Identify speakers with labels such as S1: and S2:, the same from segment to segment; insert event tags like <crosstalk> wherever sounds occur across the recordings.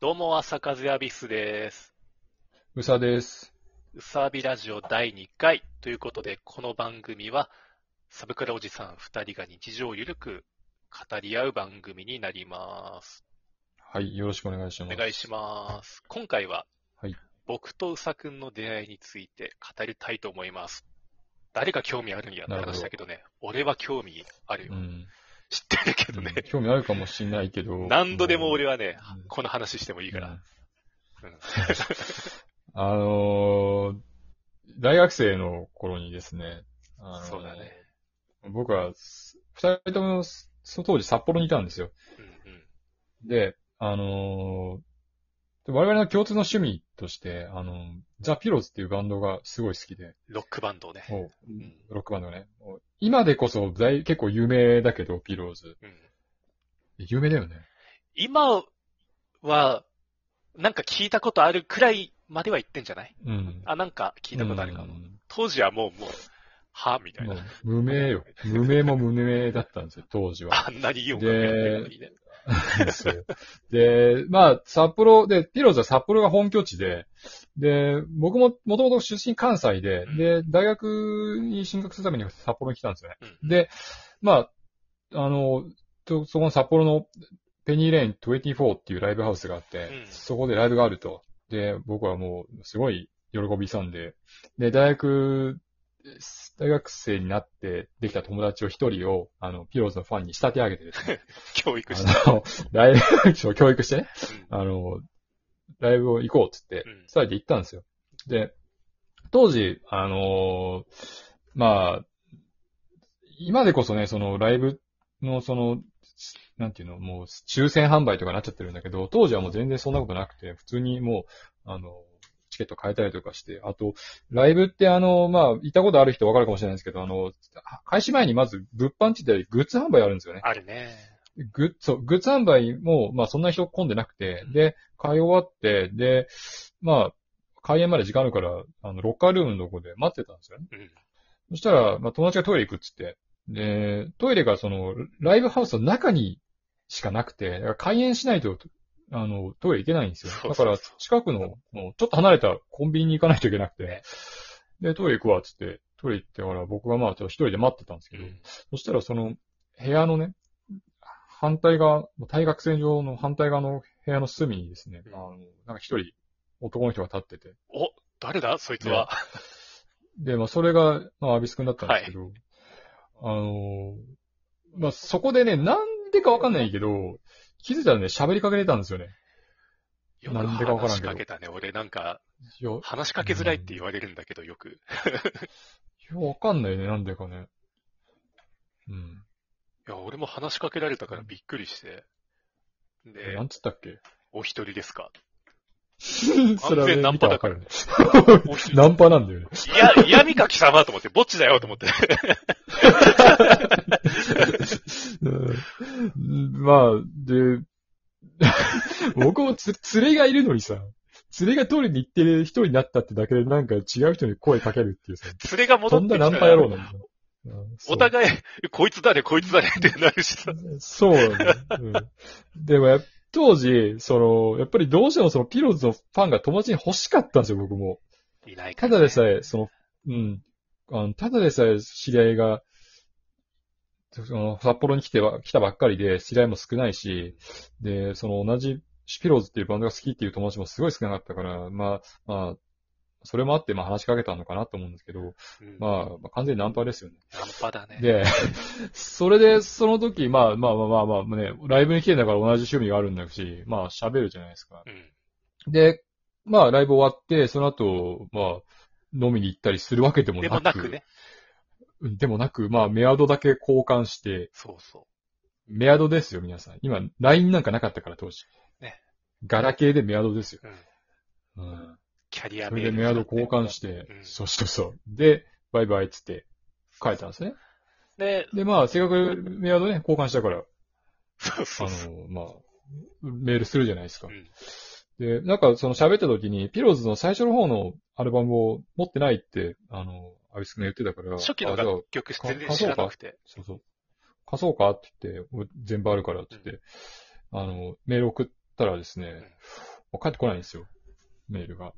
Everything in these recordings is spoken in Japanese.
S1: どうも、朝風アビスです。
S2: うさです。
S1: うさびラジオ第2回ということで、この番組は、サブクラおじさん2人が日常をゆるく語り合う番組になります。
S2: はい、よろしくお願いし
S1: お
S2: ます。
S1: 願いします。今回は、
S2: はい
S1: 僕とうさくんの出会いについて語りたいと思います。誰が興味あるんやって
S2: なるほど
S1: 話だけどね、俺は興味あるよ。
S2: うん。
S1: 知ってるけどね、
S2: 興味あるかもしれないけど。
S1: <laughs> 何度でも俺
S2: は
S1: はね、
S2: うん
S1: この話してもい
S2: い
S1: いから。うん <laughs>
S2: あのー、大学生の頃にですね、あのー
S1: そうだね。。
S2: 僕は、す二人ともす、その当時札幌にいたんですよ。
S1: うんうん。
S2: で、あのー、で我々の共通の趣味として、あのーザ・ピローズっていうバンドがすごい好きで、
S1: ロックバンドをね。
S2: も
S1: う
S2: う
S1: ん
S2: ロックバンドがね、もう今でこそ大結構有名だけど、ピローズ。
S1: うん
S2: 有名だよね。
S1: 今は、なんか聞いたことあるくらいまでは言ってんじゃない
S2: うん。
S1: あ、なんか聞いたことあるかも。
S2: うん
S1: 当時はもう、もう、はみたい
S2: もう
S1: な。
S2: 無
S1: <laughs>
S2: 名よ。無名も無名だったんですよ、当時は。
S1: あんなにいい音楽やってるのにね。
S2: そうで、まあ、札幌で、ピローズは札幌が本拠地で、で、僕ももともと出身関西で、で、大学に進学するために札幌に来たんですよね。
S1: うん
S2: で、まあ、あの、とそこの札幌のペニーレイン24っていうライブハウスがあって、
S1: うん
S2: そこでライブがあると。で、僕はもう、すごい喜びさんで、で、大学、大学生になってできた友達を一人を、あの、ピローズのファンに仕立て上げてですね、
S1: 教育して。
S2: あの、
S1: <laughs>
S2: ライブ、教育してね、
S1: うん
S2: あの、ライブを行こうっつって
S1: うん、
S2: 伝えて行ったんですよ。で、当時、あのまあ、今でこそね、そのライブのその、なんていうの、もう抽選販売とかなっちゃってるんだけど、当時はもう全然そんなことなくて、普通にもう、あの、チケット買えたりとかして、あと、ライブってあの、まあ、行ったことある人わかるかもしれないですけど、あの、開始前にまず物販地でグッズ販売あるんですよね。
S1: あるね。
S2: グッズ、そうグッズ販売も、まあそんな人混んでなくて、で、買い終わって、で、まあ、開演まで時間あるから、あの、ロッカールームのとこで待ってたんですよね。
S1: うん。
S2: そしたら、まあ友達がトイレ行くっつって、で、トイレがその、ライブハウスの中にしかなくて、だから開演しないと、あの、トイレ行けないんですよ。
S1: そう
S2: だ
S1: そ
S2: か
S1: うそう
S2: ら、近くの、もうちょっと離れたコンビニに行かないといけなくて、で、トイレ行くわっつって、トイレ行ってから僕がまあちょっと一人で待ってたんですけ
S1: う
S2: ど、
S1: ん
S2: そしたらその部屋のね、反対側、対角線上の反対側の部屋の隅にですね、
S1: うん
S2: あの、なんか一人男の人が立ってて、
S1: お、誰だそいつは。
S2: で、まあそれが、まあアビス君だったんですけど、あの、まあそこでね、なんでかわかんないけど、気づいたらね、喋りかけれたんですよね。
S1: よ
S2: な
S1: く
S2: んでかわからんけど
S1: 話しかけたね。俺なんか、
S2: いや、い
S1: 話しかけづらいって言われるんだけど、よく。
S2: やわかんないね、なんでかね。うん。
S1: いや、俺も話しかけられたからびっくりして。で
S2: なん、つったっけ
S1: お一人です
S2: <laughs>
S1: か
S2: それは、ね、
S1: 全ナン
S2: 見
S1: パ
S2: た
S1: だ
S2: らわ
S1: か
S2: からるね。
S1: お一人
S2: ナンパなんだよね。
S1: いや、嫌味か貴様と思って、ぼっちだよと思って。
S2: うんまあ、で、僕もつ連れがいるのにさ、連れが通りに行ってる人になったってだけでなんか違う人に声かけるっていうさ、
S1: 連れが戻
S2: と
S1: っ
S2: ん
S1: てき
S2: だ
S1: た
S2: ナンパ
S1: ら
S2: 野、郎なんだよ。うんそ
S1: <laughs> お
S2: う
S1: 互い、こいつ誰、こいつ誰ってなるしさ。
S2: そうなんだよ、うんでもや、当時、その、やっぱりどうしてもそのピローズのファンが友達に欲しかったんですよ、僕も。
S1: いないか
S2: <laughs> た
S1: らね
S2: だでさえ、その、うん、あのただでさえ知り合いが、その札幌に来ては、来たばっかりで、知り合いも少ないし、で、その同じシピローズっていうバンドが好きっていう友達もすごい少なかったから、まあ、まあ、それもあって、まあ話しかけたのかなと思うんですけど、
S1: うん
S2: まあ、まあ完全にナンパですよね。
S1: ナンパだね。
S2: で、 <laughs> それで、その時、まあまあまあまあまあ、ね、ライブに来てんだから同じ趣味があるんだし、まあ喋るじゃないですか。
S1: うん。
S2: で、まあ、ライブ終わって、その後、まあ、飲みに行ったりするわけでも
S1: で
S2: な
S1: も
S2: く。
S1: なくね。
S2: うん。でもなく、まあ、メアドだけ交換して、
S1: そうそ
S2: メアドですよ、皆さん。今、LINE なんかなかったから、当時。
S1: ね。
S2: ガラケーでメアドですよ。
S1: う。うん。
S2: うん。
S1: キャリア
S2: そ
S1: メ
S2: れ
S1: ー
S2: で
S1: ル
S2: メアド交換
S1: し
S2: して
S1: う、ん
S2: そうそうそう。で、バイバイっつって、書いたんですね。
S1: て。で、
S2: で、まあ、せっかくメアドね、交換したから、
S1: そう
S2: あ
S1: そうそう。
S2: の、まあ、メールするじゃないですか
S1: う。ん
S2: で、なんかその喋った時に、ピローズの最初の方のアルバムを持ってないって、あの、アビス君が言ってたから、
S1: 初期の
S2: あじゃあ
S1: 楽曲全然知らなくて。
S2: そうそう。貸そうかって言って、俺全部あるからって言って、あの、メール送ったらですね、もう帰ってこないんですよ。メールが。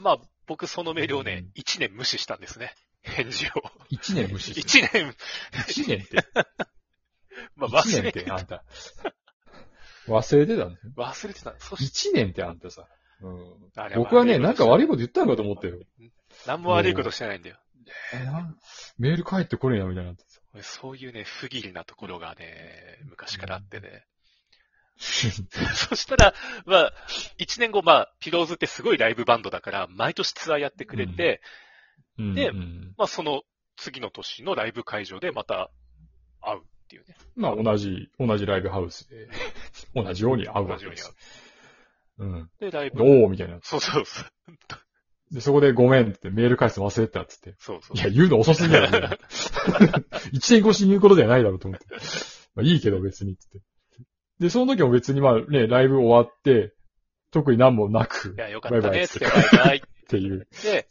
S1: まあ、僕そのメールをね
S2: うん、
S1: 1年無視したんですね。返事を。
S2: 1年無
S1: <laughs>
S2: 視して。
S1: 1年、
S2: 1年って。
S1: まあ
S2: 一
S1: 忘
S2: 年っ
S1: れ
S2: て
S1: て、
S2: あんた。忘れてたんだよ。
S1: 忘れてた。そして、
S2: 1年ってあんたさ。うん、
S1: あれ
S2: 僕はね、なんか悪い
S1: い。
S2: こと言ったのかと思ったよ。
S1: 何も悪いことしてないんだよ。
S2: えーなんメール返ってこれんや、みたいになってさ。
S1: 俺そういうね、不義理なところがね、昔からあってね。 <laughs> そしたら、まあ、1年後、まあ、ピローズってすごいライブバンドだから、毎年ツアーやってくれて、
S2: うん
S1: で
S2: うん
S1: まあ、その次の年のライブ会場でまた会うっていうね。
S2: まあ、同じ、同じライブハウス
S1: <laughs>
S2: で、同じように会うわけです。うん。
S1: で、ライブ。
S2: おーみたいな。
S1: そうそうそう。
S2: で、そこでごめんってメール返すの忘れてたっつって。
S1: そうそう。
S2: いや、言うの遅すぎだろ。 <laughs> 一年越しに言うことじゃないだろうと思って。まあ、いいけど別にっつって。で、その時も別にまあね、ライブ終わって、特に何もなく
S1: い、や、よかった
S2: バイバイ
S1: ね、つって、バイバイっ
S2: っていう。
S1: て。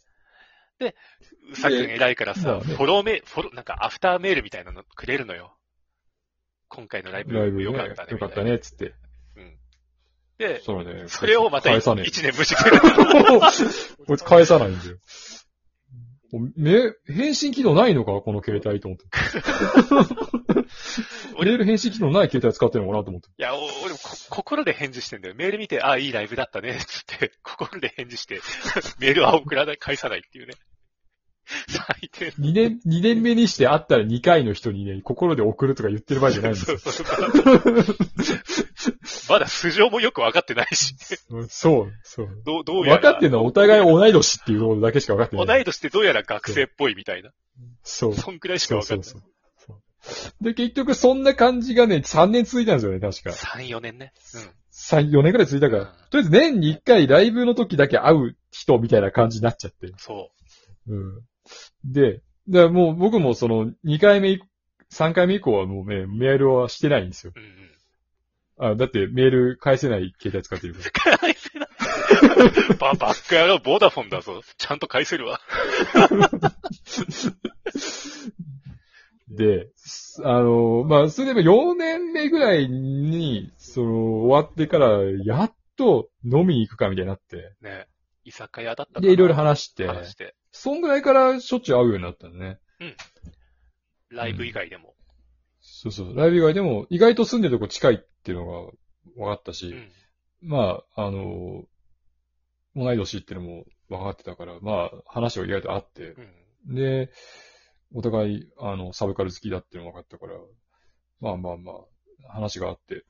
S1: で、うさっくん偉いから
S2: ま
S1: さ、
S2: あね
S1: フォローメフォロー、なんかアフターメールみたいなのくれるのよ。今回のライブ
S2: ライブね
S1: よかったね。
S2: よかった
S1: みい
S2: ね、つって。
S1: な。で、
S2: そうね。
S1: それをまた
S2: 返さ
S1: 1
S2: ねえ
S1: 年無視してる。
S2: <laughs> こいつ返さないんだよ。もうめ、返信機能ないのかこの携帯と
S1: <laughs>
S2: 思って。メール返信機能ない携帯使ってるのかなと思って。
S1: いや、お俺もこ心で返事してんだよ。メール見て、ああ、いいライブだったね、つって、心で返事して、 <laughs> メールは送らない、返さないっていうね。最低。
S2: 2年、二年目にして会ったら2回の人にね、心で送るとか言ってる場合じゃないんで
S1: <laughs> そう
S2: すよ。
S1: そうそう。まだ素性もよく分かってないし、
S2: うんそう、そう。
S1: どう、どうやら
S2: 分。かってるのはお互い同い年っていうことだけしか分かってない。
S1: 同い年ってどうやら学生っぽいみたいな。
S2: そう。
S1: そんくらいしか
S2: そう
S1: 分か
S2: そ
S1: ん
S2: う
S1: ない
S2: そ。う。そうで、結局そんな感じがね、3年続いたんですよね、確か。
S1: 3、4年ね。
S2: 3、4年くらい続いたから。とりあえず年に1回ライブの時だけ会う人みたいな感じになっちゃって
S1: う。ん。そ
S2: うん。で、でもう僕もその2回目以降、3回目以降はもうね、メールはしてないんですよ。
S1: う。うん <laughs> うん。
S2: あだってメール返せない携帯使ってる
S1: <laughs>
S2: から。
S1: 返せない。ば、ばっかやろ、ボーダフォンだぞ。ちゃんと返せるわ。
S2: で、すあの、まあ、それでも4年目ぐらいに、その、終わってから、やっと飲みに行くかみたいになって、
S1: ね。居酒屋だったかな
S2: で、いろいろ話して、
S1: 話して。
S2: そんぐらいからしょっちゅう会うようになったのね。
S1: ライブ以外でも。
S2: そうそう。ライブ以外でも、意外と住んでるとこ近いっていうのが分かったし、
S1: うん。
S2: まあ、あの、同い年っていうのも分かってたから、まあ、話は意外とあって、
S1: うん。
S2: で、お互い、あの、サブカル好きだっていうのも分かったから、まあまあまあ、話があって。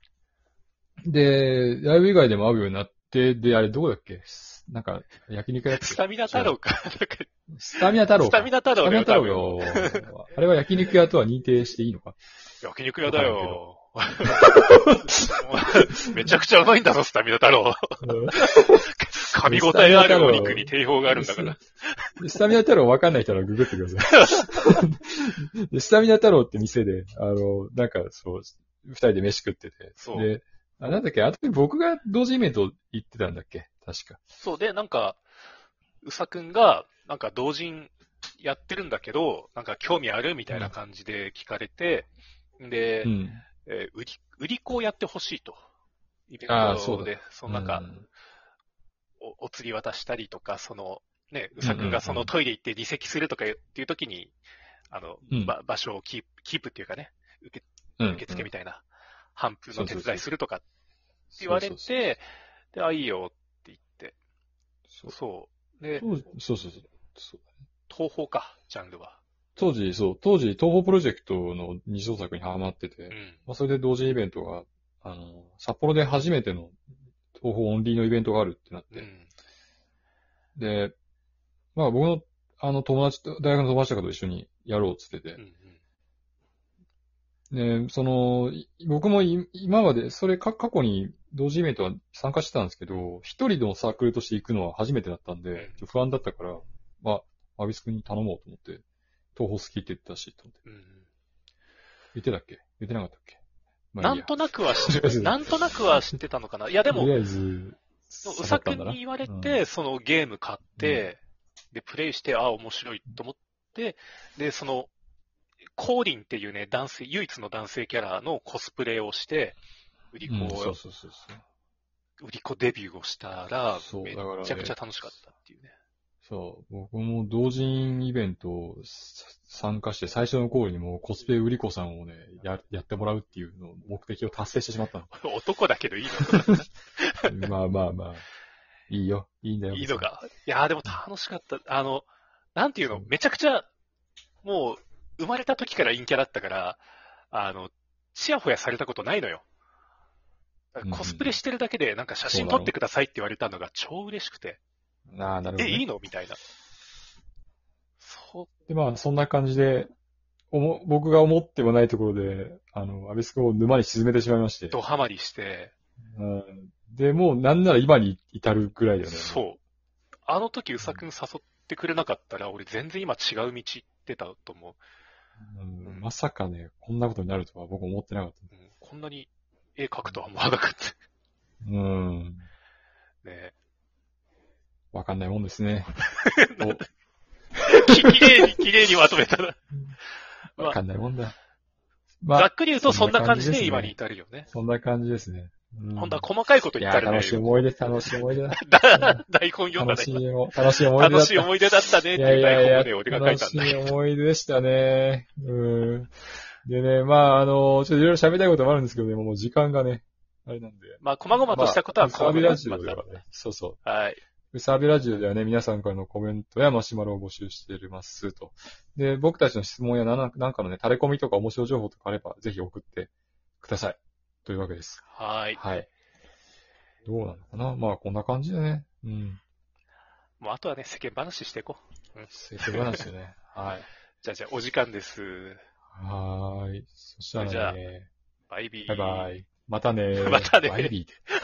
S2: で、ライブ以外でも会うようになって、で、あれどこだっけすなんか、焼肉屋だっけ
S1: スタミナ太郎か。なんか
S2: スタミナ太郎
S1: ス
S2: か。
S1: タミナ太郎
S2: スタ
S1: だ
S2: ミナ
S1: よ。
S2: 太郎よ。あれは焼肉屋とは認定していいの <laughs> か
S1: 多分焼肉屋だよ。 <laughs> めちゃくちゃうまいんだぞ、スタミナ太郎。噛み応えあるお肉に定評があるんだから。
S2: でスタミナ太郎分かんない人はググってくださ
S1: <laughs>
S2: い。でスタミナ太郎って店で、あの、なんかそう、二人で飯食ってて。
S1: そう
S2: で、あなんだっけ、あと僕が同時イベント行ってたんだっけ確か。
S1: そうで、なんか、うさくんが、なんか同人やってるんだけど、なんか興味あるみたいな感じで聞かれて、で、
S2: ん。
S1: えー売り、売り子をやってほしいと。イベン
S2: あー
S1: ト
S2: そう
S1: で
S2: だ、
S1: そのなんか、おお釣り渡したりとか、その、ね、うさくんがそのトイレ行って離席するとかっていう時に、あの、
S2: うん
S1: ば場所をキープ、キープっていうかね、受け
S2: うん、
S1: 受付みたいな、反復の手
S2: そうそうそ
S1: 伝
S2: う
S1: いするとかって言われ
S2: そうそう
S1: て、で、あ、いいよって言って、
S2: そう
S1: そう。で、
S2: 当時そうそうそうそう。
S1: 東宝か、ジャンルは。
S2: 当時、そう、当時、東宝プロジェクトの二次創作にハマってて、
S1: うん。
S2: まあ、それで同時イベントが、あの、札幌で初めての東宝オンリーのイベントがあるってなって、
S1: うん。
S2: で、まあ僕の、あの友達と、大学の友達とかと一緒にやろうっつって
S1: う
S2: て
S1: ん。う、ん
S2: で、その、い僕もい今まで、それか過去に同時イベントは参加してたんですけど、一人のサークルとして行くのは初めてだったんで、ちょっと不安だったから、まあ、マビス君に頼もうと思って、東宝好きって言ってたし、と思って。
S1: うん。
S2: 言ってたっけ言ってなかったっけま
S1: な
S2: あいい
S1: ん
S2: や、
S1: となくは知っ
S2: とりあえ <laughs> ず
S1: なんとなくは知ってたのかな。いや、でも
S2: とり、あえず、
S1: う
S2: 刺さ
S1: さ
S2: った
S1: く
S2: んだ
S1: ん
S2: な
S1: に言われて、そのゲーム買って、で、プレイして、ああ、面白いと思って、で、その、コーリンっていうね、男性、唯一の男性キャラのコスプレをして、売り子
S2: うん、そ
S1: を
S2: うそうそうそう。
S1: 売り子デビューをしたら、
S2: そう
S1: めっ
S2: だからね
S1: ちゃくちゃ楽しかったっていうね。 <laughs>
S2: そう、僕も同人イベントをさ参加して、最初の頃にもうコスプレ売り子さんをね、や、やってもらうっていうのを目的を達成してしまったの。
S1: 男だけどいい
S2: まあまあまあ、いいよ、いいんだよ。
S1: のいいのか。いやーでも楽しかった。あの、なんていうの、めちゃくちゃ、もう、生まれた時から陰キャだったから、あの、ちやほやされたことないのよ。だからコスプレしてるだけで、なんか写真撮ってくださいって言われたのが超嬉しくて、
S2: 別に。ああ、なるほど、
S1: え、いい
S2: ね。
S1: のみたいな。そう、
S2: で、まあ、そんな感じで、おも、僕が思ってもないところで、あの、アビスクを沼に沈めてしまいまして。
S1: ドハマりして、
S2: うん、で、もうなんなら今に至るぐらいだよね。
S1: そう。あの時、うさくん誘ってくれなかったら、俺全然今違う道行ってたと思う。
S2: うんまさかね、こんなことになるとは僕思ってなかった。
S1: うんこんなに絵描くとは思わなかった。
S2: うん。
S1: ね
S2: わかんないもんです
S1: <laughs>
S2: ね。
S1: き綺麗に、綺麗にまとめたな。
S2: おわかんないもんだ。 <laughs> ま
S1: ざ
S2: あ
S1: っ、くり言うとそんな感じ
S2: そんな感じで
S1: で
S2: すね
S1: 今に至るよね。
S2: そんな感じですね。うん、
S1: ほんとは細かいこと
S2: い
S1: 言っ
S2: や、
S1: たらね
S2: 楽しい思い出、楽しい思い出だ。
S1: だ台本 <laughs> 読んだ
S2: 楽
S1: ね
S2: し。い思、楽しい思い出だった。
S1: 楽しい思い出だったねっ
S2: い
S1: て
S2: や
S1: いう
S2: い
S1: 台本を
S2: やい
S1: ね、
S2: や、
S1: 俺が書い
S2: 楽
S1: たん
S2: し
S1: だ。
S2: い思い出でしたね。うん。でね、まあ、あの、ちょっといろいろ喋りたいこともあるんですけどね、もう時間がね、あれなんで。
S1: まあ、細々としたことは
S2: まあうさ
S1: 細
S2: び
S1: 々
S2: ラ
S1: と
S2: ジ
S1: しま
S2: オ
S1: し
S2: で
S1: た。
S2: はね、そうそう。
S1: はい。
S2: うさびラジオではね、皆さんからのコメントやマシュマロを募集していますと。で、僕たちの質問やなんなんかのね、垂れ込みとか面白い情報とかあれば、ぜひ送ってください。というわけです。
S1: はい。
S2: はい。どうなのかなまあ、こんな感じだね。うん。
S1: もうあとはね、世間話していこう。
S2: 世間話だね。はい。
S1: じゃあじゃあ、お時間です。
S2: はーい。そした
S1: じゃ
S2: ら
S1: あ
S2: ね、
S1: バイビー。
S2: バイバイ。またね
S1: またね
S2: バイビー。